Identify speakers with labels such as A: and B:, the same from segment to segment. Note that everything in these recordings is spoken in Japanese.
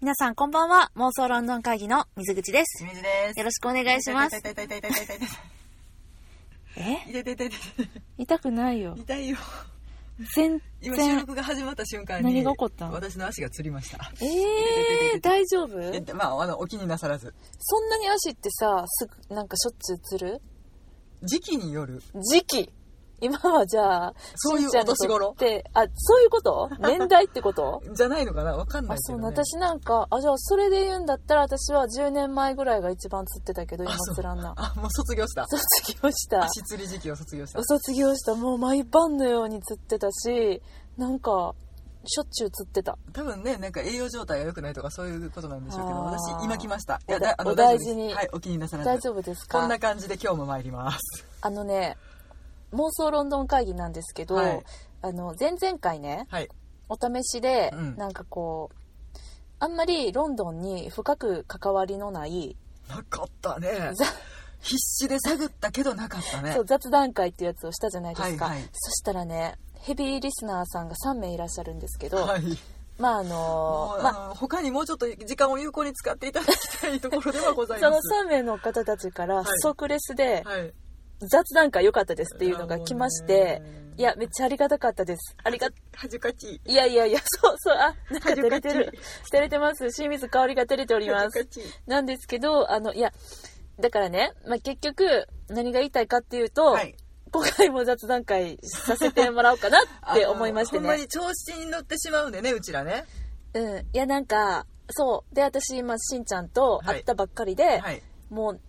A: 皆さんこんばんは。妄想ロンドン会議の水口です。
B: 清水です。
A: よろ
B: し
A: しくお願いします。
B: 痛い痛い痛い痛い痛い痛い痛い
A: え
B: 痛い痛い痛い
A: 痛くないよ。
B: 痛いよ。
A: 全
B: 今収
A: 然。
B: 録が始まった瞬間に
A: 何が起こった
B: 私の足がつりました。
A: えー、大丈夫
B: えまああのお気になさらず
A: そんなに足ってさ、すぐ、なんかしょっちゅうつる
B: 時期による
A: 時期今はじゃあ、
B: そういう
A: しんちゃんにと
B: お年頃
A: って、あ、そういうこと年代ってこと
B: じゃないのかなわかんな
A: あ
B: い、け
A: そ
B: ど、
A: う、
B: ね。
A: 私なんか、あ、じゃあ、それで言うんだったら、私は10年前ぐらいが一番釣ってたけど、今
B: あそう
A: 釣らんな。
B: あもう卒業した。
A: 卒業した。
B: 足つり時期を卒業した。
A: 卒業した。もう毎晩のように釣ってたし、なんか、しょっちゅう釣ってた。
B: 多分ねなんか栄養状態が良くないとかそういうことなんでしょうけど
A: あー
B: 私今来ました。い
A: おだ
B: だあの
A: お大
B: 丈
A: 事
B: 夫です
A: に
B: はいお気になさらず。
A: 大丈夫です
B: こん
A: か
B: な感じで今日も参ります。
A: あのね、妄想ロンドン会議なんですけど、
B: はい
A: あの、前々回ね、
B: はい。
A: お試しで、
B: うん
A: なんかこう、あんまりロンドンに深く関わりのない、
B: なかったね。
A: ざ
B: 必死で探ったけどなかったね。
A: そう雑談会っていうやつをしたじゃないですか、
B: はいはい
A: そしたらねヘビーリスナーさんが3名いらっしゃるんですけど、
B: はい。
A: まああ
B: も
A: の
B: う
A: ま
B: あの他にもうちょっと時間を有効に使っていただきたいところではござ
A: あ
B: い
A: そ
B: ま
A: の
B: す。
A: 3名の方たちから
B: い
A: 即レスで
B: はい、っ
A: 雑談会良かったですっていうのが来まして、い、やめっちゃありがたかったですありが
B: 恥ずかしい。
A: いやいやい やそうそうあなんか
B: 恥
A: 照
B: ずかし
A: れ
B: い
A: てる照れてます清水香りが照れておりま
B: 恥
A: す
B: ずかしい。
A: なんですけどあのいやだからね、まあ、結局何が言いたいかっていうと、
B: はい
A: 今回も雑談会させてもらおうかなって思いまして
B: あの
A: ね
B: ほんまに調子に乗ってしまうんでね、うちらね。
A: うん、いやなんかそうで私今しんちゃんと会ったばっかりで、
B: はい。
A: もう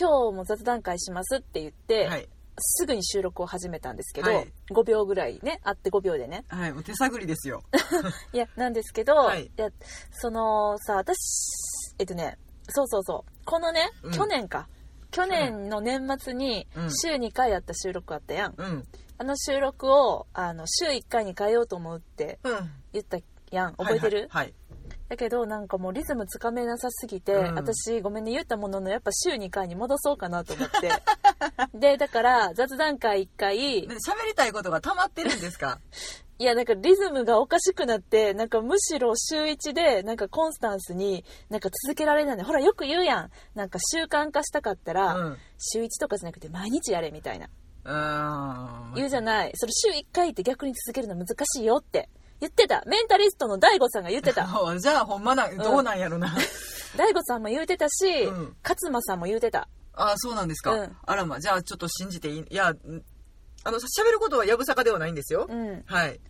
A: 今日も雑談会しますって言って、
B: はい。
A: すぐに収録を始めたんですけど、
B: はい
A: 5秒ぐらいね会って5秒でね
B: はい。もう手探りです よ。
A: いやなんですけど、
B: はい
A: いやそのさ私えっとねそうそうそうこのね、
B: うん
A: 去年か去年の年末に
B: うん
A: 週2回やった収録あったやん、
B: うん。うん。
A: あの収録をあの週1回に変えようと思うって言ったやん覚えてる、
B: はい、はい。
A: だけどなんかもうリズムつかめなさすぎて、
B: うん
A: 私ごめんね言ったもののやっぱ週2回に戻そうかなと思って でだから雑談会1回
B: で喋りたいことが溜まってるんです か
A: いやなんかリズムがおかしくなってなんかむしろ週1でなんかコンスタンスになんか続けられないのほらよく言うやんなんか習慣化したかった
B: う
A: ら、
B: ん。う
A: 週1とかじゃなくて毎日やれみたいな
B: ーん。
A: 言うじゃないそれ週1回って逆に続けるの難しいよって言ってたメンタリストの DAIGO さんが言ってた
B: あじゃあほんまな、どうなんや ろな。
A: 大悟さんも言うてたし、
B: うん
A: 勝間さんも言うてた
B: ああ、そうなんですか。
A: うん
B: あらま、じゃあちょっと信じていい。いや、んあの、喋ることはやぶさかではないんですよ。
A: うん
B: はい。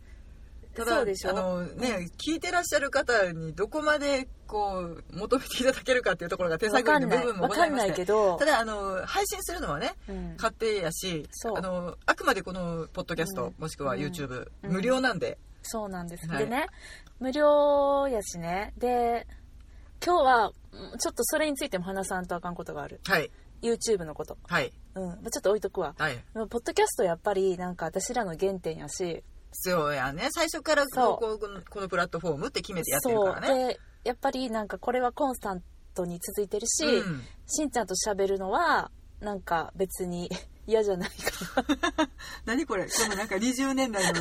B: ただ、
A: そ
B: あ
A: うでしょ
B: のね、聞いてらっしゃる方にどこまでこう、求めていただけるかっていうところが手
A: わ
B: 探
A: か
B: り
A: ん
B: の
A: な
B: 部
A: い
B: 分も
A: わ
B: ござ
A: か
B: い
A: ん
B: ま
A: ない
B: し
A: け
B: て。
A: ど
B: ただ、あの、配信するのはね、
A: うん
B: 勝手やし、
A: そう
B: あの、あくまでこの、ポッドキャスト、
A: うん
B: もしくは YouTube、
A: うん
B: 無料なんで、
A: そうなんです、
B: はい
A: でね無料やしねで今日はうんちょっとそれについても話さんとあかんことがある
B: はい、
A: YouTube のこと、
B: はい、
A: うん、まあちょっと置いとくわ
B: はい。
A: でもポッドキャストやっぱりなんか私らの原点やし
B: そうやね、最初から
A: そう
B: こうこのこのプラットフォームって決めてやってる
A: そ
B: か
A: う
B: らね。
A: でやっぱりなんかこれはコンスタントに続いてるし、
B: うん
A: しんちゃんと喋るのはなんか別に 嫌じゃないかな
B: 何これ今日なんか20年代の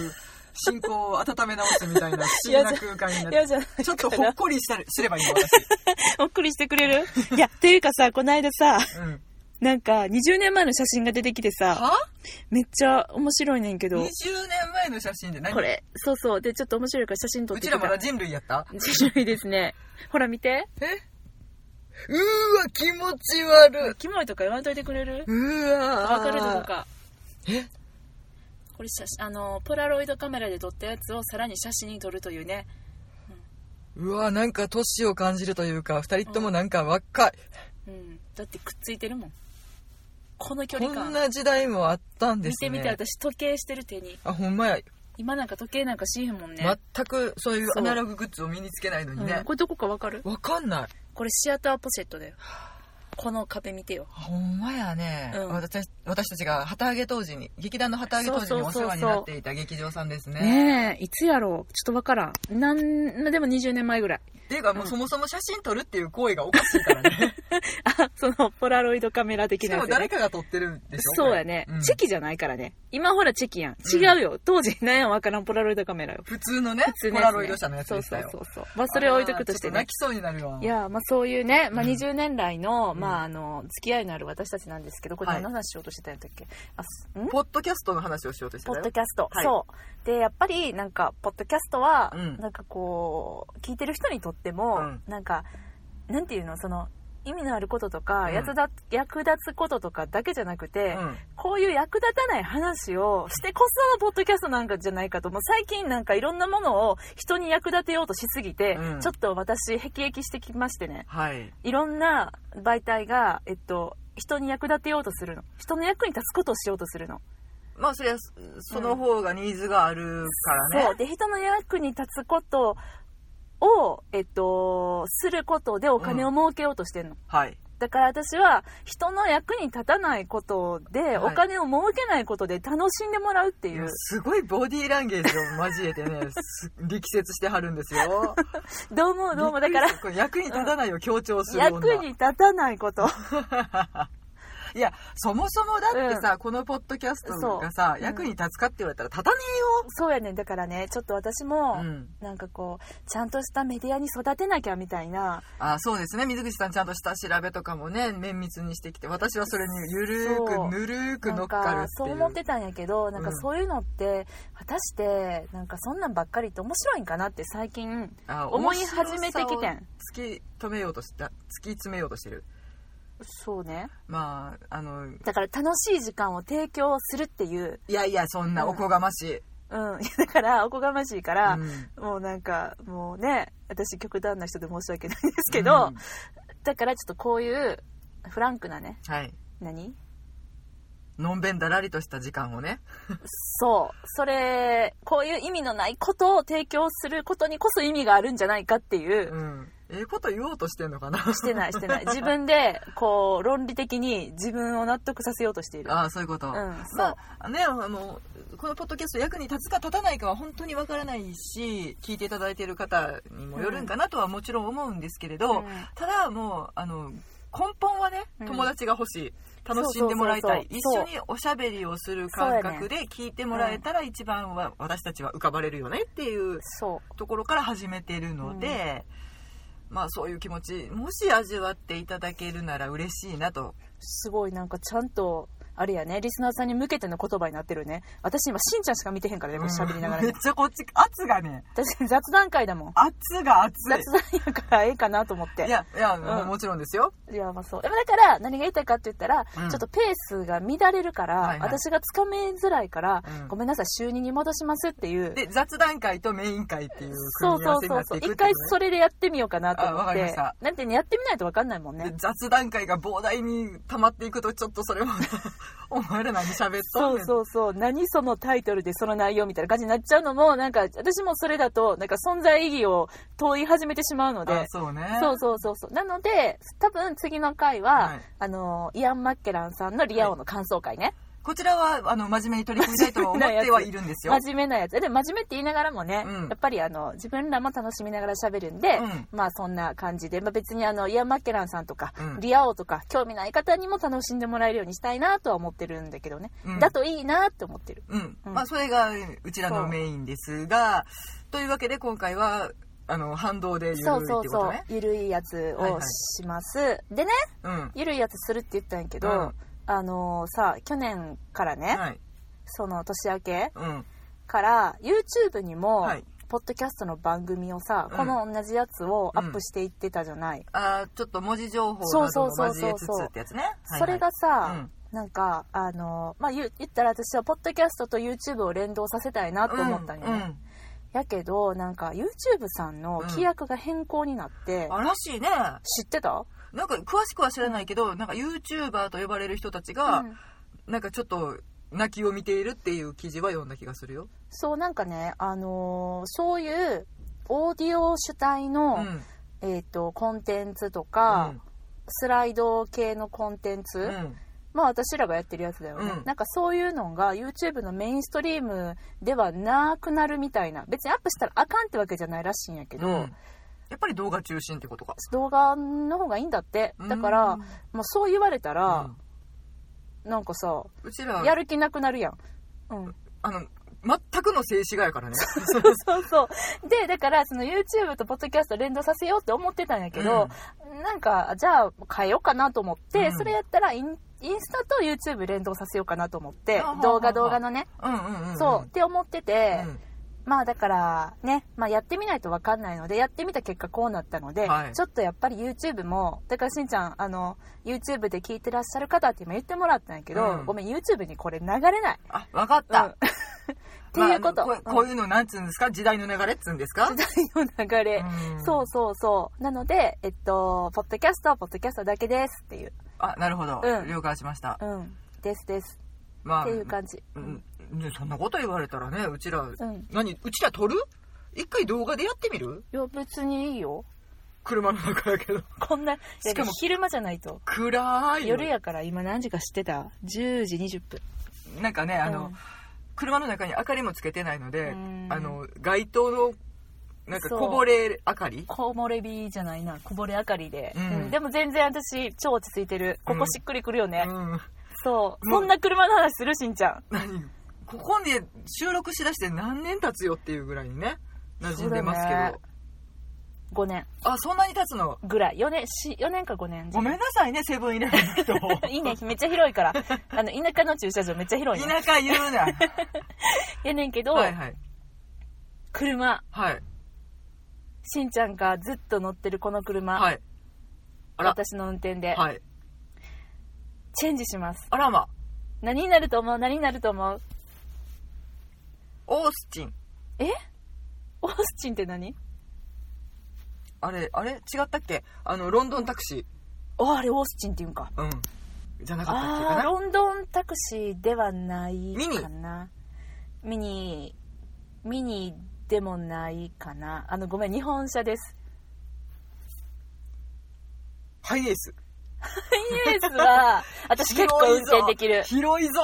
B: 進行を温め直すみたいな不思議な空間にな
A: 嫌
B: っ
A: じゃない
B: てちょっとほっこりしたりすればいいの
A: お送りしてくれるいやっていうかさこの間さ
B: 私、うん、
A: なんか20年前の写真が出てきてさ
B: は
A: めっちゃ面白いねんけ
B: ?20
A: ど
B: 年前の写真で何
A: これそうそうでちょっと面白いから写真撮っ
B: う
A: て
B: ち
A: き
B: ら
A: た
B: まだ人類やった
A: 面白いですねほら見て
B: えうーわ気持ち悪
A: キモいとか言わんといてくれる
B: うーわ
A: わかるとか
B: え
A: これ写真あのポラロイドカメラで撮ったやつをさらに写真に撮るというね
B: うわなんか年を感じるというか二人ともなんか若い、
A: うんだってくっついてるもんこの距離
B: こん
A: 感
B: な時代もあったんで
A: 見
B: すね
A: て見て私時計してる手に
B: あほんまや、
A: 今なんか時計なんかしへんもんね、
B: 全くそういうアナロググッズを身につけないのにね
A: うんこれどこかわかる
B: わかんない
A: これシアターポシェットだよこの壁見てよ。
B: ほんまやね、
A: うん
B: 私私たちが旗揚げ当時に劇団の旗揚げ当時にお世話になっていた劇場さんですね
A: ねえ、いつやろうちょっとわからん。なん、でも20年前ぐらい。
B: っていうかもう
A: うん
B: そもそも写真撮るっていう行為がおかしいからね
A: あ、 その、ポラロイドカメラ的
B: し
A: な
B: か
A: や
B: も
A: つ、
B: 誰
A: ね。
B: かが撮ってるんでしょ
A: そうやね、
B: これうん
A: チェキじゃないからね。今ほらチェキやん。
B: うん
A: 違うよ。当時、なんやわからんポラロイドカメラよ。
B: 普通のね
A: 普通の
B: ポ
A: やつね
B: ラロイド社のやつでしたよ
A: そうそうそうそう。まあ、それを置いとくとして
B: あー
A: ね
B: ちょっ。と泣きそうになるわ
A: いやーまあそういうね、まあ、
B: うん
A: 20年来の、
B: ん
A: まああの付き合いのある私たちなんですけどこれ
B: はい
A: 何の話しようとしてたんだっけ、あすん
B: ポッドキャストの話をしようとして
A: ポ
B: た
A: ッ
B: よ
A: ドキャスト、
B: はい
A: そうでやっぱりなんかポッドキャストは、
B: うん
A: なんかこう聞いてる人にとっても、
B: うん
A: なんかなんていうのその意味のあることと
B: う
A: か、
B: ん
A: 役立役立つこととかだけじゃなくて、
B: うん
A: こういう役立たない話をしてこそのポッドキャストなんかじゃないかともう最近なんかいろんなものを人に役立てようとしすぎて、
B: うん
A: ちょっと私辟易してきましてね
B: はい
A: いろんな媒体が、えっと、人に役立てようとするの人の役に立つことをしようとするの、
B: まあそれはその方がニーズがあるからね、
A: そうで人の役に立つことを、えっと、することでお金を儲けようとしてるの、
B: はい
A: だから私は人の役に立たないことで、
B: はい
A: お金を儲けないことで楽しんでもらうって
B: い
A: い
B: や
A: う
B: すごいボディーランゲージを交えてねす 力説してはるんですよ
A: どうも どうもだから
B: びっくりする役に立たないを強調する女、
A: 役に立たないこと
B: いやそもそもだってさ、このポッドキャストがさ、
A: そう
B: 役に立つかって言われたら立たね
A: そうやねんだからねちょっと私
B: えよ、
A: も、
B: うん、
A: なんかこうちゃんとしたメディアに育てなきゃみたいな
B: あそうですね水口さんちゃんと下調べとかもね綿密にしてきて私はそれにゆる
A: そ
B: ー
A: う
B: くぬるーく
A: な
B: 乗っ
A: ん
B: かる
A: か
B: って
A: そ
B: いう
A: う思ってたんやけどなん
B: う
A: か
B: ん
A: そういうのって果たしてなんかそんなんばっかりって面白いんかなって最近
B: あ
A: 思い始めてきてん
B: 面白さを突き止めようとした突き詰めようとしてる
A: そうね
B: まああの
A: だから楽しい時間を提供するっていう、
B: いやいやそんなおこがましい、
A: うん、 だからおこがましいから、
B: うん
A: もうなんかもうね私極端な人で申し訳ないんですけど、
B: うん
A: だからちょっとこういうフランクなね
B: はい
A: 何
B: のんべんだらりとした時間をね
A: そうそれこういう意味のないことを提供することにこそ意味があるんじゃないかっていう、
B: うんええこと言おうとしてんのかなし
A: してないしてない自分でこう論理的に自分を納得させようとしている
B: ああそういうこと、
A: んそう
B: まあねあのこのポッドキャスト役に立つか立たないかは本当にわからないし聞いていただいている方にもよるんかなとはもちろん思うんですけれど、
A: うん
B: ただもうあの根本はね
A: うん
B: 友達が欲しい、楽しんでもらいたい
A: そうそうそうそう
B: 一緒におしゃべりをする感覚で聞いてもらえたら一番は私たちは浮かばれるよねっていう
A: そ
B: ところから始めてるので、まあそういう気持ちもし味わっていただけるなら嬉しいなと
A: うすごいなんかちゃんとあれやねリスナーさんに向けての言葉になってるね私今しんちゃんしか見てへんからねこれ喋りながら
B: め
A: ね
B: っちゃこっち圧がね
A: 私雑談会だ もん
B: 圧が熱
A: 雑談やからええかなと思って
B: いいやいや、
A: うん
B: もちろんですよ
A: いやまあそうでもだから何が言いたいかって言ったら、
B: うん
A: ちょっとペースが乱れるから、
B: はいはい
A: 私がつかめづらいから、
B: うん
A: ごめんなさい週2に戻しますっていう
B: で雑談会とメイン会っていう組
A: そう
B: み合
A: そ
B: わ
A: う
B: せに
A: そ
B: な
A: う
B: って
A: そう
B: い
A: 一
B: くってい
A: 回
B: うね
A: それでやってみようかなと
B: あ
A: 思
B: わ
A: っ
B: かりま
A: て
B: した
A: なんてねやってみないと分かんないもんね
B: で雑談会が膨大に溜まっていくとちょっとそれも お前ら何喋っと
A: そ
B: ん
A: う
B: ねん
A: そうそう何そのタイトルでその内容みたいな感じになっちゃうのもなんか私もそれだとなんか存在意義を問い始めてしまうの
B: あ
A: で
B: そうね
A: そうそうそうそうなので多分次の回は、
B: はい
A: あのイアン・マッケランさんのリア王の感想会ね、
B: こちらはあの真面目に取り組みたいとは思ってはいるんですよ
A: 真面目なやつでも真面目って言いながらもね、
B: うん
A: やっぱりあの自分らも楽しみながら喋るんで、
B: うん
A: まあそんな感じで、まあ、別にあのイアン・マッケランさんとか、
B: うん
A: リア王とか興味ない方にも楽しんでもらえるようにしたいなとは思ってるんだけどね、
B: うん
A: だといいなって思ってる
B: うん、
A: うん
B: まあそれがうちらのメインですがというわけで今回はあの反動でゆるいって
A: そ
B: こ
A: うそうそ
B: と
A: う
B: ね
A: ゆるいやつ
B: はいは
A: を
B: い
A: します、でね
B: うん
A: ゆるいやつするって言ったんやけど、
B: うん
A: あのーさ去年からね、
B: はい
A: その年明け
B: うん
A: から YouTube にも、
B: はい
A: ポッドキャストの番組をさ、
B: うん
A: この同じやつをアップしていってたじゃない、
B: あーちょっと文字情報なども交えつつってやつね
A: それがさ、
B: はいはい
A: なんかあの、まあ、言う言ったら私はポッドキャストと YouTube を連動させたいなと思ったんよね、
B: うんうん
A: やけどなんか YouTube さんの規約が変更になって、
B: あらしいね
A: 知ってた、
B: なんか詳しくは知らないけど、なんか YouTuber と呼ばれる人たちが、
A: うん
B: なんかちょっと泣きを見ているっていう記事は読んだ気がするよ。
A: そうなんかね、あのーそういうオーディオ主体
B: う
A: の、
B: ん。
A: えー、とコンテンツとか、
B: うん
A: スライド系のコンテンツ、
B: うん
A: まあ私らがやってるやつだよね、
B: うん
A: なんかそういうのが YouTube のメインストリームではなくなるみたいな別にアップしたらあかんってわけじゃないらしいんやけど、
B: うんやっぱり動画中心ってことか
A: 動画の方がいいんだってだから、
B: うん
A: もうそう言われた
B: う
A: ら
B: ん、
A: なんかさ
B: うちら
A: やる気なくなるやん、うん、
B: あの全くの静止画やからね
A: そうそう。で、だから、その YouTube とポッドキャスト連動させようって思ってたんやけど、なんか、じゃあ変えようかなと思って、
B: うん
A: それやったらイン、インスタと YouTube 連動させようかなと思って
B: あはあ、
A: 動
B: はあ
A: 画動画のね、
B: うんうんうんん
A: そう、って思ってて、
B: うん
A: まあだから、ね、まあやってみないとわかんないので、やってみた結果こうなったので、
B: はい
A: ちょっとやっぱり YouTube も、だからしんちゃん、あの、YouTube で聞いてらっしゃる方って今言ってもらったんやけど、
B: うん
A: ごめん、YouTube にこれ流れない。
B: あ分かっ
A: うん
B: た
A: っていうこと。
B: まああのこうこういうのなんつうんですか時代の流れっつうんですか
A: 時代の流れ。
B: ん
A: そうそうそう。なので、えっと、ポッドキャストはポッドキャストだけですっていう。
B: あなるほど、
A: うん
B: 了解しました、
A: うん。ですです。
B: まあ
A: っていう感じ。
B: うんねそんなこと言われたらねうちら、
A: ん
B: 何うちら撮る一回動画でやってみる
A: いや、別にいい よ。
B: 車の中やけど
A: こんな、
B: しかも
A: いや昼間じゃないと。
B: 暗いの
A: 夜やから今何時か知ってた ?10 時20分。
B: なんかねあの、
A: うん
B: 車の中に明かりもつけてないので、
A: うん
B: あの街灯のなんか
A: そう
B: こぼれ明かり
A: 木漏れ日じゃないな。こぼれ明かりで。
B: うん
A: うんでも全然私、超落ち着いてる。ここしっくりくるよね。
B: うん
A: そう。
B: もう
A: そんな車の話するしんちゃん。
B: 何ここで収録しだして何年経つよっていうぐらいにね馴染んでます
A: そ
B: けど、
A: うだね5年
B: あそんなに経つの
A: ぐらい。4年、し4年か5年。
B: ごめんなさいねセブンイレブンの人
A: いいね。めっちゃ広いから。 あの、田舎の駐車場めっちゃ広いね。
B: 田舎 言うな
A: やねんけど、
B: はいはい
A: 車。
B: はい
A: しんちゃんがずっと乗ってるこの車、
B: はいあら
A: 私の運転で、
B: はい
A: チェンジします
B: あらま
A: 何になると思う何になると思う
B: オースチン
A: オースチンって何
B: あれあれ違ったっけあのロンドンタクシ
A: ああれオースチンって言うんか
B: ーうんじゃなかったっけ
A: ああ
B: か
A: ー
B: な
A: ロンドンタクシーではないかなミニミニでもないかなあのごめん日本車です
B: ハイエース
A: ハイエース は私結構運転できる
B: 広いぞ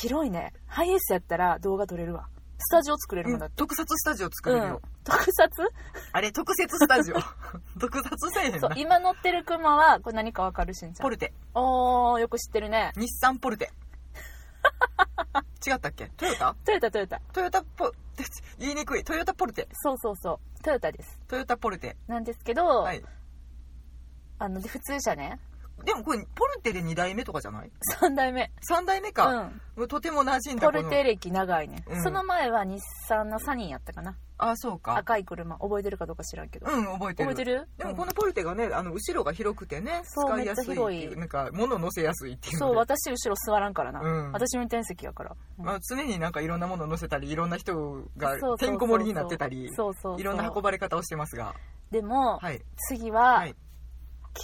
A: 広いねハイエースやったら動画撮れるわスタジオ作れる
B: ー
A: もんだって、
B: 特撮スタジオ作
A: う
B: れる
A: ん
B: よ、、
A: 特撮
B: あれ特設スタジオ 特撮せえへん
A: そう
B: な
A: 今乗ってる車はこれ何かわかるしんちゃん
B: ポルテ
A: おー、よく知ってるね。
B: 日産ポルテ違ったっけトヨタ
A: トヨタ、トヨタ。
B: トヨタポ 言いにくいトヨタポルテ
A: そうそうそう。トヨタです。
B: トヨタポルテ
A: なんですけど、
B: はい
A: あの、で普通車ね。
B: でもこれポルテで2代目とかじゃない
A: 3代目。
B: 3代目
A: う
B: か、
A: ん。
B: もうとても馴染んだ
A: ポ
B: こ
A: ル
B: の
A: テ歴長いね、
B: うん
A: その前は日産のサニーやったかな。
B: あそうか
A: 赤い車。覚えてるかどうか知らんけど。
B: うん覚えてる
A: 覚えてる
B: でも
A: うん
B: このポルテがねあの後ろが広くてね
A: そう
B: 使いやすいって
A: めっちゃ
B: いう
A: 広い
B: なんか物乗せやすいっていうの
A: そう、
B: で
A: 私後ろ座らんからな。
B: うん
A: 私運転席やから。うん
B: まあ、常になんかいろんなもの乗せたりいろんな人
A: そうそ
B: が
A: うそう
B: てんこ盛りになってたり
A: そうそうそう
B: いろんな運ばれ方をしてますが
A: でも、
B: はい
A: 次は、
B: はい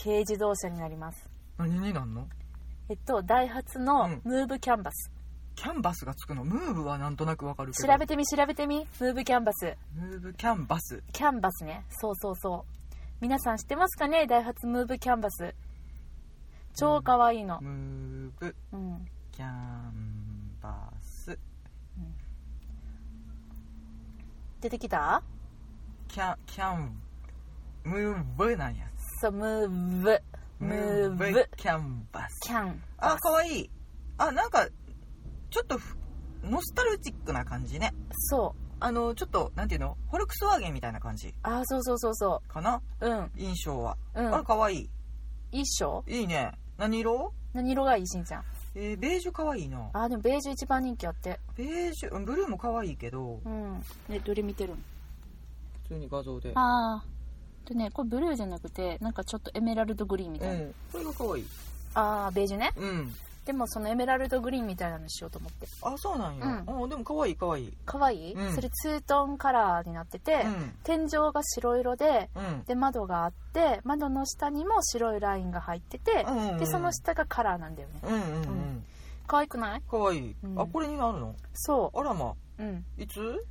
A: 軽自動車になります。
B: 何になんの
A: えっと、ダイハツ
B: う
A: の
B: ん
A: ムーブキャンバス。
B: キャンバスがつくのムーブはなんとなくわかるけど
A: 調べてみ、調べてみ。ムーブキャンバス。
B: ムーブキャンバス
A: キャンバスねそうそうそう皆さん知ってますかねダイハツムーブキャンバス超かわいいの、
B: ムーブ
A: うん、
B: キャンバス
A: 出てきた
B: キャンキャンムーブなんや
A: そうムーブムーブ
B: キャンバス
A: キャン
B: あ可愛いあなんかちょっとふノスタルジックな感じね
A: そう
B: あのちょっとなんていうのフォルクスワーゲンみたいな感じ
A: あそうそうそうそ
B: かな
A: ううん
B: 印象は、
A: うん
B: あ可愛い
A: 一緒
B: いいね何色
A: 何色がいいしんちゃん
B: えーベージュ可愛いな
A: あでもベージュ一番人気あって
B: ベージュうんブルーも可愛いけど
A: うんえどれ見てるん
B: 普通に画像で
A: ああでねこれブルーじゃなくてなんかちょっとエメラルドグリーンみ
B: う
A: たいな、
B: んこれが可愛い
A: ああベージュね
B: うん
A: でもそのエメラルドグリーンみたいなのしようと思って
B: あそうなんや、
A: う
B: あでも可愛い可愛い
A: かわいい、
B: うん
A: それツートンカラーになってて、
B: うん
A: 天井が白色で
B: うん
A: で窓があって窓の下にも白いラインが入ってて、
B: うんうん
A: でその下がカラーなんだよね
B: うんうんうん、
A: うん可愛くない
B: 可愛い、
A: うん
B: あこれになるの
A: そ
B: あらま
A: う、うん、
B: いつ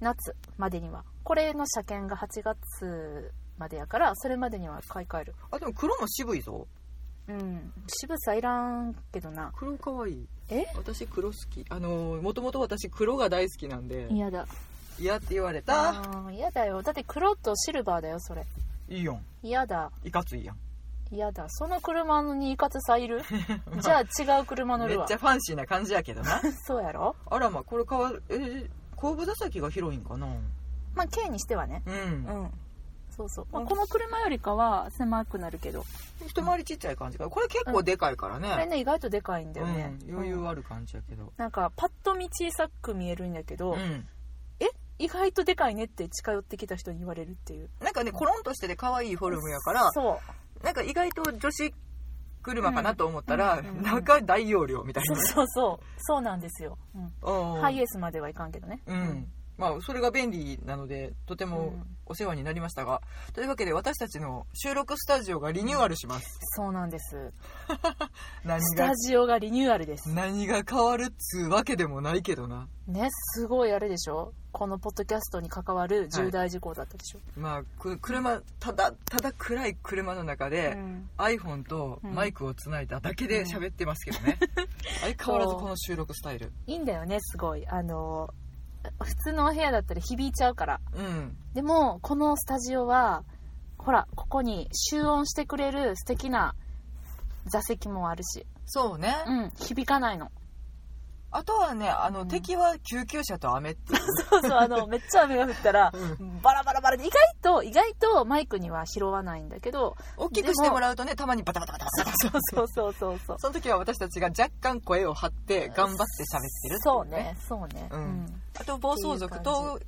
A: 夏までにはこれの車検が8月までやからそれまでには買い替える
B: あでも黒も渋いぞ
A: うん渋さいらんけどな
B: 黒可愛い
A: え
B: 私黒好きあのもともと私黒が大好きなんで
A: 嫌だ
B: 嫌って言われた
A: あ嫌だよだって黒とシルバーだよそれ
B: いいやん
A: 嫌だ
B: いかついやん
A: 嫌だその車にいかつさい るじゃあ違う車乗
B: めっ
A: るわ
B: ちゃファンシーな感じやけど な
A: そうやろ
B: あらまこれかわえ後部座席が広いんかな
A: まあ K にしてはね
B: うん、
A: うんそうそう、まあ、
B: うん
A: この車よりかは狭くなるけど
B: 一回りちっちゃい感じかこれ結構でかいから
A: これ
B: ね,、
A: ね意外とでかいんだよね、
B: うん、余
A: うん
B: 裕ある感じやけど
A: なんかパッと見小さく見えるんだけど、
B: うん
A: 意外とでかいねって近寄ってきた人に言われるっていう
B: なんかねコロンとしてて可愛いフォルムやから
A: そう
B: なんか意外と女子車かなと思ったら、
A: うんうんうん
B: 中大容量みたい
A: そ
B: な
A: うそうそうそうなんですよ、うん
B: うん
A: ハイエースまではいかんけどね
B: うん、まあそれが便利なのでとても
A: うん
B: お世話になりましたが、というわけで私たちの収録スタジオがリニューアルします、
A: そうなんです
B: 何
A: ス
B: が
A: タジオがリニューアルです
B: 何が変わるっつうわけでもないけどな
A: ねすごいあれでしょこのポッドキャストに関わる重大事項だったでしょ、
B: まあく車ただただ暗い車の中
A: う
B: で、
A: ん
B: iPhone とマイクをつないだだけで喋ってますけどね、相変わらずこの収録スタイル
A: いいんだよねすごいあの普通のお部屋だったら響いちゃうから
B: うん
A: でもこのスタジオはほらここに集音してくれる素敵な座席もあるし
B: そうね、
A: うん響かないの
B: あとはねあの、
A: うん
B: 敵は救急車と雨っていう
A: そうそう、あの、めっちゃ雨が降ったら、
B: う
A: バラバラバラで、意外と、意外とマイクには拾わないんだけど、
B: 大きくしてもらうとねたまにバタバタバタバタバタ
A: そうそうそうそう。
B: その時は私たちが若干声を張って頑張って喋ってるっていう
A: そうね、そうね。
B: う
A: うんん。
B: あと暴走族と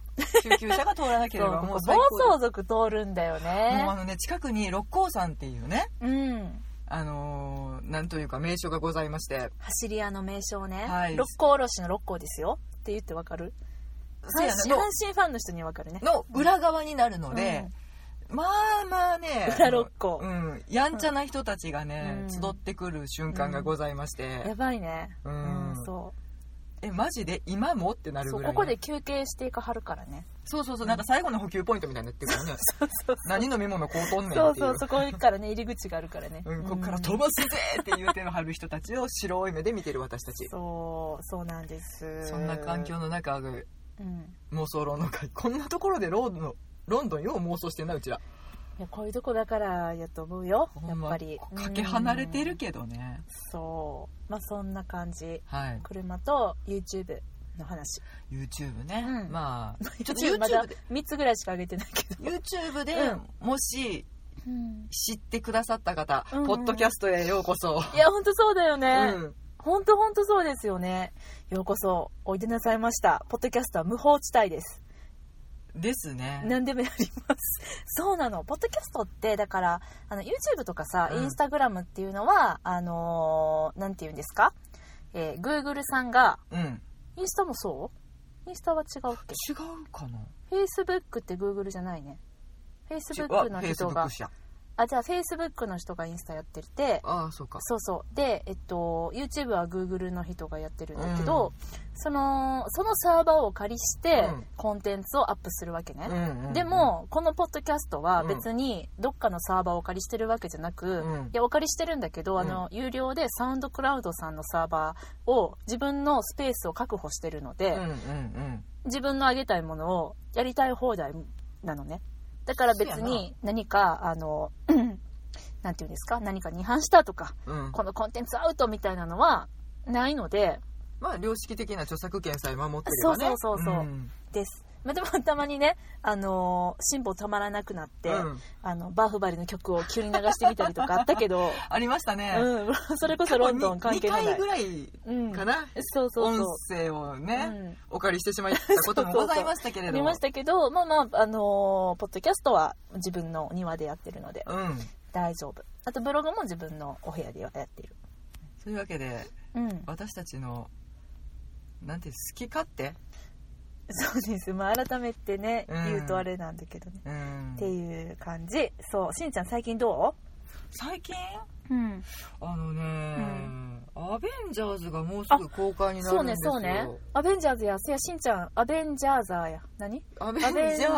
B: 救急車が通らなけ
A: そ
B: れ
A: う、
B: ばも
A: こ
B: う
A: こ
B: 最高
A: 暴走族通るんだよ
B: もうあ
A: ね。
B: のね近くに六甲山っていうね
A: うん。
B: あのーなんというか名所がございまして
A: 走り屋の名称ね
B: はい。
A: 六甲おろしの六甲ですよ。って言ってわかる
B: そう
A: 阪
B: や
A: 神
B: な
A: 阪神ファンの人にはわかるね。
B: のの裏側になるので、まあまあね
A: 裏六甲
B: あのうん、やんちゃな人たちが
A: う
B: ね、
A: ん
B: 集ってくる瞬間がございまして、
A: やばいね。
B: う
A: うんん、そ
B: えマジで今もってな
A: う。
B: る
A: そ
B: ぐ
A: う、
B: らい
A: ここで休憩していかはるからね。
B: そうそうそうなんか最後の補給ポイントみたいになってるか らね何飲み物こうとんねん
A: そう
B: ってい
A: そうう、そこからね、入り口があるからね。
B: うん、こっから飛ばすぜっていう手の張る人たちを白い目で見てる私たち
A: そうそうなんです
B: そんな環境の中
A: うん
B: 妄想論の会こんなところでロンドンロンドンよう妄想してんなうちら
A: いやこういうとこだからやと思うよ
B: ほ
A: や
B: ん
A: っ
B: ま
A: ぱり
B: かけ離れてる
A: うん
B: けどね
A: そうまあそんな感じ
B: はい
A: 車と YouTube の話
B: YouTube ね、
A: うん
B: ま あちょっと
A: まだ
B: YouTube で
A: 3つぐらいしか上げてないけど
B: YouTube で
A: う
B: もし知ってくださった方、
A: うんうん
B: ポッドキャストへようこそ、
A: いやほんとそうだよ
B: う
A: ね
B: ん、
A: ほんとほんとそうですよねようこそおいでなさいましたポッドキャストは無法地帯です
B: ですね
A: 何でもやります。 そうなの。ポッドキャストって、だから、あの、YouTube とかさ、
B: うん
A: Instagram っていうのは、あのーなんて言うんですかえー Google さんが、
B: うん
A: インスタもそうインスタは違うっけ
B: 違うかな
A: ?Facebook って Google じゃないね。Facebook の人
B: あ
A: が
B: Facebook、社
A: あ、じゃあ Facebook の人がインスタやってて、
B: ああそうか
A: そうそう。で、えっと、YouTube は Google の人がやってるんだけど、その、そのサーバーを借りして、
B: うん
A: コンテンツをアップするわけね。
B: うんうん
A: でもこのポッドキャストは別にどっかのサーバーをお借りしてるわけじゃなく、
B: うん
A: いやお借りしてるんだけど、あの有料でサウンドクラウドさんのサーバーを自分のスペースを確保してるので、
B: うんうんうん
A: 自分のあげたいものをやりたい放題なのねだから別に何かあの なんていうんですか何かに違反したとか
B: うん
A: このコンテンツアウトみたいなのはないので
B: まあ良識的な著作権さえ守ってればね
A: そうそうそうそうんです、まあ、でもたまにねあの進歩たまらなくなって、
B: うん
A: あのバーフバリの曲を急に流してみたりとかあったけ ど、
B: ありましたね、
A: うん、 それこそロンドン関係ない
B: 2回ぐらい
A: うん、
B: かな、
A: そうそうそう、
B: 音声を
A: う
B: ね、
A: ん、
B: お借りしてしまったこともございましたけれ
A: あ
B: ど
A: り
B: も
A: ましたけどまあまあ、あのーポッドキャストは自分の庭でやってるので
B: うん
A: 大丈夫あとブログも自分のお部屋でやってる
B: そういうわけで
A: うん、
B: 私たちのなんていう好き勝手、
A: そうです、まあ、改めてね
B: うん
A: 言うとあれなんだけどね、
B: うん
A: っていう感じそうしんちゃん最近ど
B: 最近
A: う、うん、
B: あのね、
A: ん
B: アベンジャーズがもうすぐ公開にな
A: そ
B: る
A: うん
B: で
A: ね
B: すよ
A: そうねアベンジャーズやせやしんちゃんアベンジャーザーや何
B: ア
A: アベ
B: ベン
A: ン
B: ジ
A: ジ
B: ャ
A: ャ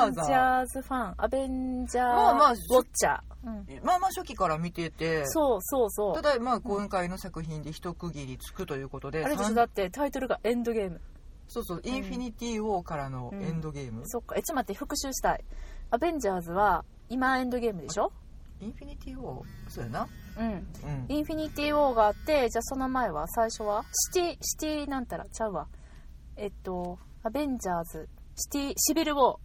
B: ーズ
A: ーズファンアベンジャー
B: まあまあ
A: ウォッチャーうん、
B: まあまあ初期から見てて
A: そうそうそう
B: ただまあ今回の作品で一区切りつくということで、
A: あれでしょだってタイトルが「エンドゲーム
B: そうそう、インフィニティ・ウォーからのエンドゲーム」、
A: そっかえちょっと待って復習したい「アベンジャーズ」は今エンドゲームでしょ
B: インフィニティ・ウォーそうやな
A: うん
B: うん
A: インフィニティ・ウォーがあってじゃあその前は最初はシティシティなんたらちゃうわえっとアベンジャーズシティシビル・ウォー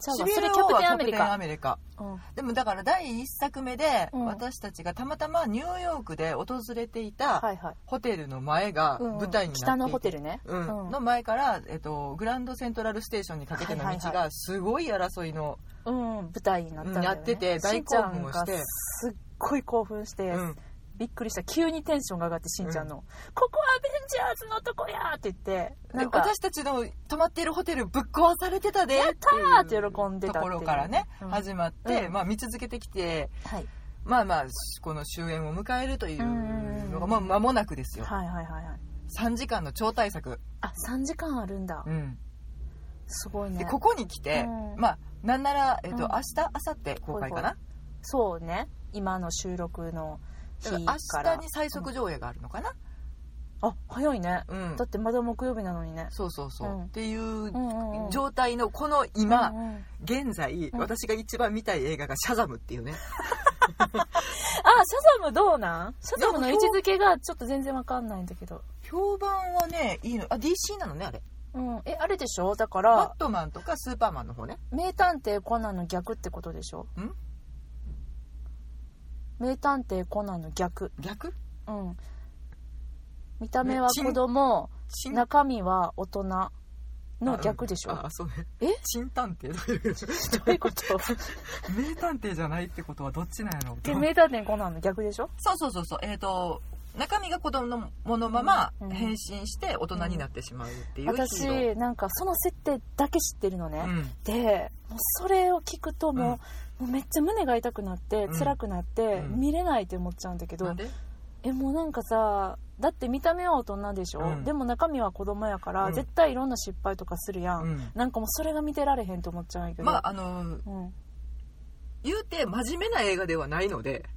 A: ちゃうわ
B: シ
A: そ
B: ビ
A: れ
B: ル
A: キャ
B: 王
A: プ
B: は
A: テンアメリ
B: キャプテンア
A: カ
B: メリカ
A: うん
B: でもだから第1作目で
A: うん
B: 私たちがたまたまニューヨークで訪れていた
A: はいはい
B: ホテルの前が
A: うんうん
B: 舞台になっていて
A: 北のホテルね
B: うん
A: うん
B: の前から、えっと、グランドセントラルステーションにかけての
A: はいは
B: 道
A: いは
B: がすごい争いの、
A: うん舞台になったんだよ、ね
B: やってて大興奮をして
A: しんちゃんがすっごい興奮して、
B: うん
A: びっくりした急にテンションが上がってしんちゃんの「ここはアベンジャーズのとこや!」って言ってなんか
B: 私たちの泊まっているホテルぶっ壊されてたで
A: やったー
B: いう
A: って喜んでたっていう
B: ところからね、
A: うん
B: 始まって、
A: うん
B: まあ、見続けてきて
A: はい、
B: まあまあこの終焉を迎えるというのが、
A: うん
B: まあ、間もなくですよ
A: はいはいはいはい
B: 3時間の超大作、
A: あ三3時間あるんだ、
B: うん、
A: すごいね
B: でここに来て、
A: うん
B: まあなんなら、えっと
A: うん
B: 明日明後日公開かな
A: そうね今の収録の日
B: だから
A: から
B: 明日に最速上映があるのかな、
A: あ早いね、
B: うん
A: だってまだ木曜日なのにね
B: そうそうそう、
A: うん
B: っていう
A: うんうんうん
B: 状態のこの今、
A: うんうん
B: 現在、
A: ん
B: 私が一番見たい映画が「シャザム」っていうね
A: あシャザムどうなんシャザムの位置づけがちょっと全然わかんないんだけど
B: 評判はねいいのあ DC なのねあれ
A: うんえあれでしょだか
B: バ
A: ら
B: ットマンとかスーパーマンの方ね
A: 名探偵コナンの逆ってことでしょ
B: ん
A: 名探偵コナンの逆
B: 逆
A: うん見た目は子供
B: 新
A: 中身は大人の逆でしょ、
B: あそうね
A: え
B: 新探偵という
A: どういうこと
B: 名探偵じゃないってことはどっちなんやろう
A: で名探偵コナンの逆でしょ
B: そうそうそうそうえっ、と中身が子供のものまま
A: うん
B: 変身して大人になってしまうっていうヒーロー、
A: 私なんかその設定だけ知ってるのね、
B: うん
A: でもうそれを聞くともう,、もうめっちゃ胸が痛くなって
B: うん
A: 辛くなって、
B: うん
A: 見れないって思っちゃうんだけど、
B: なんで
A: えもうなんかさだって見た目は大人でしょ、
B: うん
A: でも中身は子供やから、
B: うん
A: 絶対いろんな失敗とかするやん、
B: うん
A: なんかもうそれが見てられへんと思っちゃうんやけど、
B: まああの
A: うん、
B: 言うて真面目な映画ではないので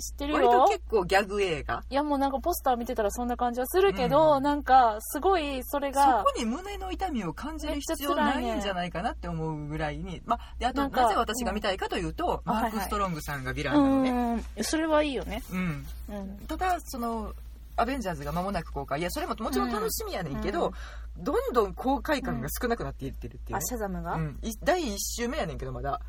A: 知ってる
B: 割と
A: よ
B: 結構ギャグ映画
A: いやもうなんかポスター見てたらそんな感じはするけど、
B: うん
A: なんかすごいそれ
B: そ
A: が
B: こに胸の痛みを感じる必要ないんじゃないかなって思うぐらいに、まあ、であと
A: なん
B: な
A: か
B: ぜ私が見たいかというと、
A: うん
B: マーク・ストロングさんがヴィランなのね、
A: うんそれはいいよね、
B: うん、
A: うん、
B: ただそのアベンジャーズが間もなく公開いやそれももちろん楽しみやねんけど、どんどん公開感が少なくなっていってるっていう
A: あ
B: ね、
A: シャザムが、
B: うんい第1週目やねんけどまだ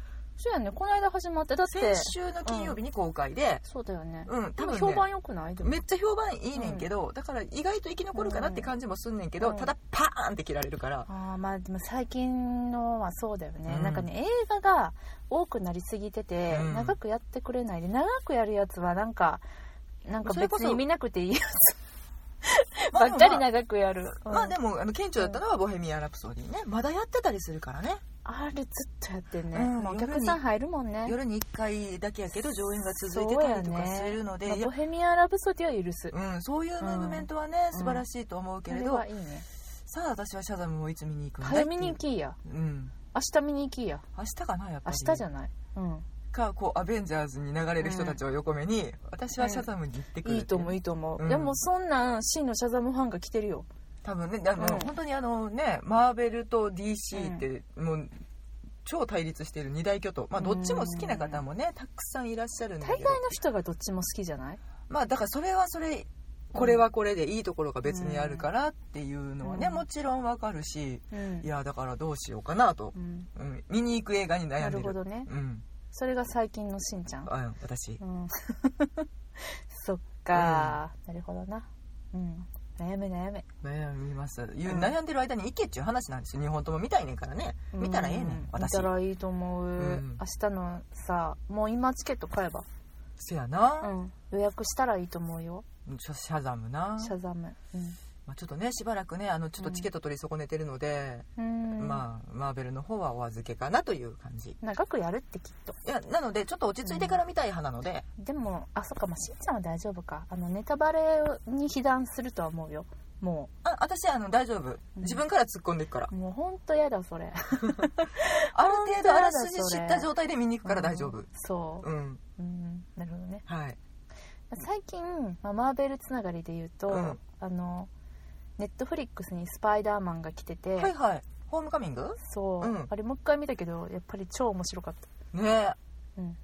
A: そうやねこの間始まってだって
B: 先週の金曜日に公開で、
A: そうだよね、
B: うん多
A: 多
B: 分、
A: 分
B: ね、
A: 評判良くないでも
B: めっちゃ評判いいねんけど、だから意外と生き残るかなって感じもすんねんけど、
A: うん
B: ただパーンって切られるから、
A: あーまあでも最近のはそうだよね、
B: うん
A: なんかね映画が多くなりすぎてて、
B: うん
A: 長くやってくれないで長くやるやつはなんかなんか
B: それこ
A: 別
B: そ
A: に見なくていいやつ
B: ま
A: ば
B: あ
A: っかり長くやる、うん
B: まあでもあの顕著だったのは「ボヘミアン・ラプソディね」まだやってたりするからね
A: あれずっとやってんね、
B: うん
A: まあお客さん入るもんね
B: 夜に1回だけやけど上演が続いてたりとかするので
A: まあ
B: いや
A: ボヘミアン・ラブソディは許す、
B: うん、そういうムーブメントはね、
A: うん
B: 素晴らしいと思うけ
A: あ
B: れ
A: れ
B: ど、
A: はいいね
B: さあ私はシャザムをいつ見に行くんだ
A: 早
B: いってい
A: 見
B: う
A: に行きいや
B: うん
A: 明日見に行きいや
B: 明日かなやっぱ
A: 明
B: り
A: 日じゃない、うん
B: かこうアベンジャーズに流れる人たちを横目に、私はシャザムに行ってくる
A: いいと思ういいと思う、
B: うん
A: でもそんなん真のシャザムファンが来てるよ
B: 多分ねあの、
A: うん
B: 本当にあのねマーベルと DC ってもう超対立している二大巨頭、まあ、どっちも好きな方もねたくさんいらっしゃるんだ
A: 大
B: け
A: 概
B: ど
A: の人がどっちも好きじゃない
B: まあだからそれはそれこれはこれでいいところが別にあるからっていうのはね、
A: うん
B: もちろんわかるし
A: うん
B: いやだからどうしようかなと
A: う、ん
B: うん、見に行く映画に悩
A: なん
B: で
A: る
B: る
A: ほどね
B: うん、
A: それが最近のしんちゃん、
B: あ私
A: うん そっか、なるほどなうん悩め悩め
B: 悩みます、いう
A: うん
B: 悩んでる間に行けっちゅう話なんですよ日本とも見たいねんからね見たらええね
A: うん
B: 私
A: 見たらいいと思う、
B: ん
A: 明日のさもう今チケット買えば、
B: せや
A: う
B: な、
A: ん、予約したらいいと思うよ
B: シャシャザムな
A: シャザム
B: まあ、ちょっとねしばらくねあのちょっとチケット取り損ねてるので、
A: うん、うん
B: まあマーベルの方はお預けかなという感じ
A: 長くやるってきっと
B: いやなのでちょっと落ち着いてから見たい派なので、
A: でもあそっかまあしんちゃんは大丈夫かあのネタバレに被弾するとは思うよも
B: あ私あの大丈夫
A: うん
B: 自分から突っ込んでいくから
A: うもうほんと嫌だそれ
B: ある程度あらすじ
A: 本当
B: 知
A: だ
B: った状態で見に行くから大丈
A: う
B: 夫
A: んそ
B: うん
A: う、うん、なるほどね
B: はい
A: 最近、まあ、マーベルつながりで言うと、
B: うん
A: あのネットフリックスに「スパイダーマン」が来てて、
B: はいはいホームカミング
A: そう、
B: うん
A: あれもう一回見たけどやっぱり超面白かった
B: ね
A: うん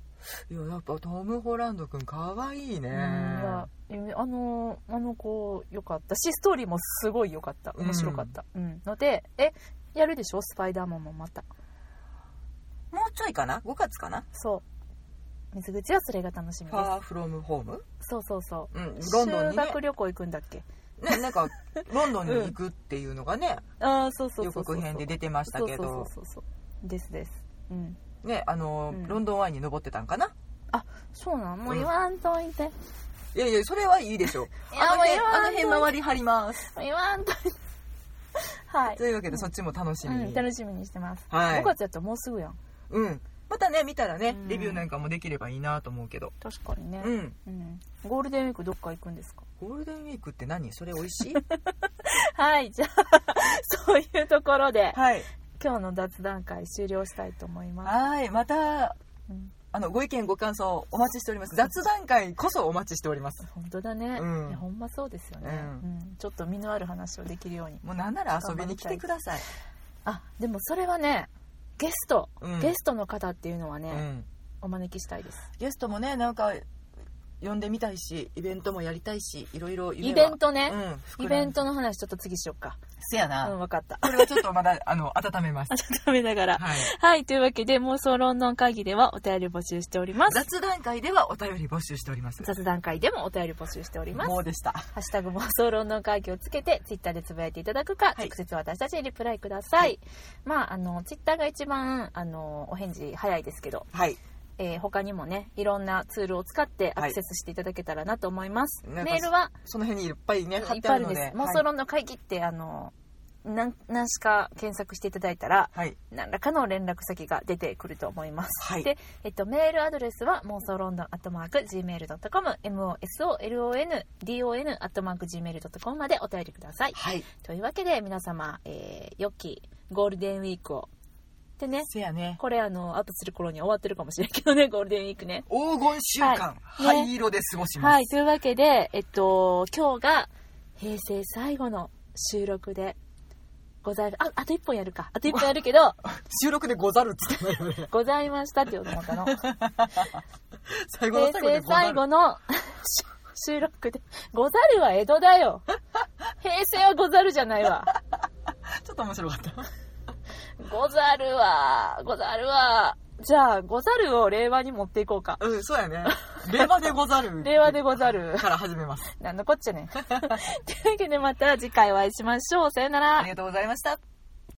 B: いややっぱトム・ホランド君かわいいね
A: うんいやえあのあの子良かったしストーリーもすごい良かった面白かった、うんのでえやるでしょスパイダーマンもまた
B: もうちょいかな5月かな
A: そう水口はそれが楽しみ
B: フ
A: で
B: ァーフロムホーム
A: すそうそうそう
B: うんロンドン
A: 修
B: にね
A: 学旅行行くんだっけ
B: ねなんかロン ドンに行くっていうのがね、
A: ああそうそう
B: 予
A: そうそう
B: 告編で出てましたけ
A: そう
B: ど
A: そうそうそうそうですですうん
B: ねあの、
A: うん
B: ロンドンワインに登ってたんかな
A: そうなんもう
B: うん
A: 言わんといて、
B: いやいやそれはいいでしょ
A: いや
B: あの
A: も
B: 辺
A: う言わん
B: あの辺回り張ります
A: 言わんといて はい
B: と、いうわけでそっちも楽しみ
A: う
B: に、
A: ん、楽しみにしてます、
B: はい
A: 5月やったらもうすぐやん
B: うんまたね見たらね
A: うん
B: レビューなんかもできればいいなと思うけど
A: 確かにね
B: うん、
A: うん、ゴールデンウィークどっか行くんですか
B: ゴールデンウィークって何それ美味 しい
A: はい、じゃあ、 そういうところで、
B: はい
A: 今日の雑談会終了したいと思います。
B: はいまた
A: うん
B: あのご意見ご感想お待ちしております雑談会こそお待ちしております
A: 本当だね、
B: うん
A: いやほんまそうですよね、
B: う
A: うんちょっと身のある話をできるように。
B: もうなんなら遊びに来てください、
A: あ、でもそれはね、ゲスト、
B: うん
A: ゲストの方っていうのはね、
B: うん、
A: お招きしたいです。
B: ゲストもねなんか呼んでみたいしイベントもやりたいしいろいろ
A: イベン
B: ト
A: トね、
B: うん
A: イベントの話ちょっと次しよっか。
B: せやな、
A: うん、わかった。
B: これはちょっとまだ あの温めます
A: 温めながら。
B: はい
A: はい、というわけで、妄想論論会議ではお便り募集しております。
B: 雑談会ではお便り募集しております
A: 雑談会でもお便り募集しております。
B: もうでした
A: ハッシュタグ妄想論の会議をつけて、ツイッターでつぶやいていただくか、
B: はい
A: 直接私たちにリプライください。
B: はい
A: まあ、あの、ツイッターが一番、あの、お返事早いですけど、
B: はい
A: えー他にもね、いろんなツールを使ってア
B: はい
A: クセスしていただけたらなと思います。
B: なんか
A: メールは
B: その辺にいっぱいね貼
A: い
B: っ
A: ってぱい
B: あ
A: ある
B: るの
A: ん
B: で
A: です。妄想論の会議って、あの、なん、何しか検索していただいたら、
B: はい、
A: 何らかの連絡先が出てくると思います。
B: はい
A: で、えっと、メールアドレスは妄想ロンドンアットマーク Gmail.com、MOSOLONDON アットマーク Gmail.com までお便りください。
B: はい、
A: というわけで皆様、えー、良きゴールデンウィークを。でね、
B: せやね
A: これあの、アップする頃には終わってるかもしれんけどね、ゴー ルデンウィークね。
B: 黄金週間、
A: は
B: 灰
A: い
B: 色で過ごします、
A: はい、というわけで、えっと、今日が平成最後の収録でございあ、あと1本やるか。あと1本やるけど、
B: 収録でござるっつってないよね
A: ございましたって言おうと思ったの。
B: 最後の
A: 平
B: 最後で
A: 成
B: ござ
A: 最
B: る
A: 後の 収録で、ござるは江戸だよ。平成はござるじゃないわ。
B: ちょっと面白かった
A: ござるは、ござるは。じゃあ、ござるを令和に持っていこうか。
B: うんそうやね令和でござ る
A: 令和でござる。
B: から始めます
A: なんのこっちゃね。というわけでまた次回お会いしましょう。さよなら
B: あり。がとうございました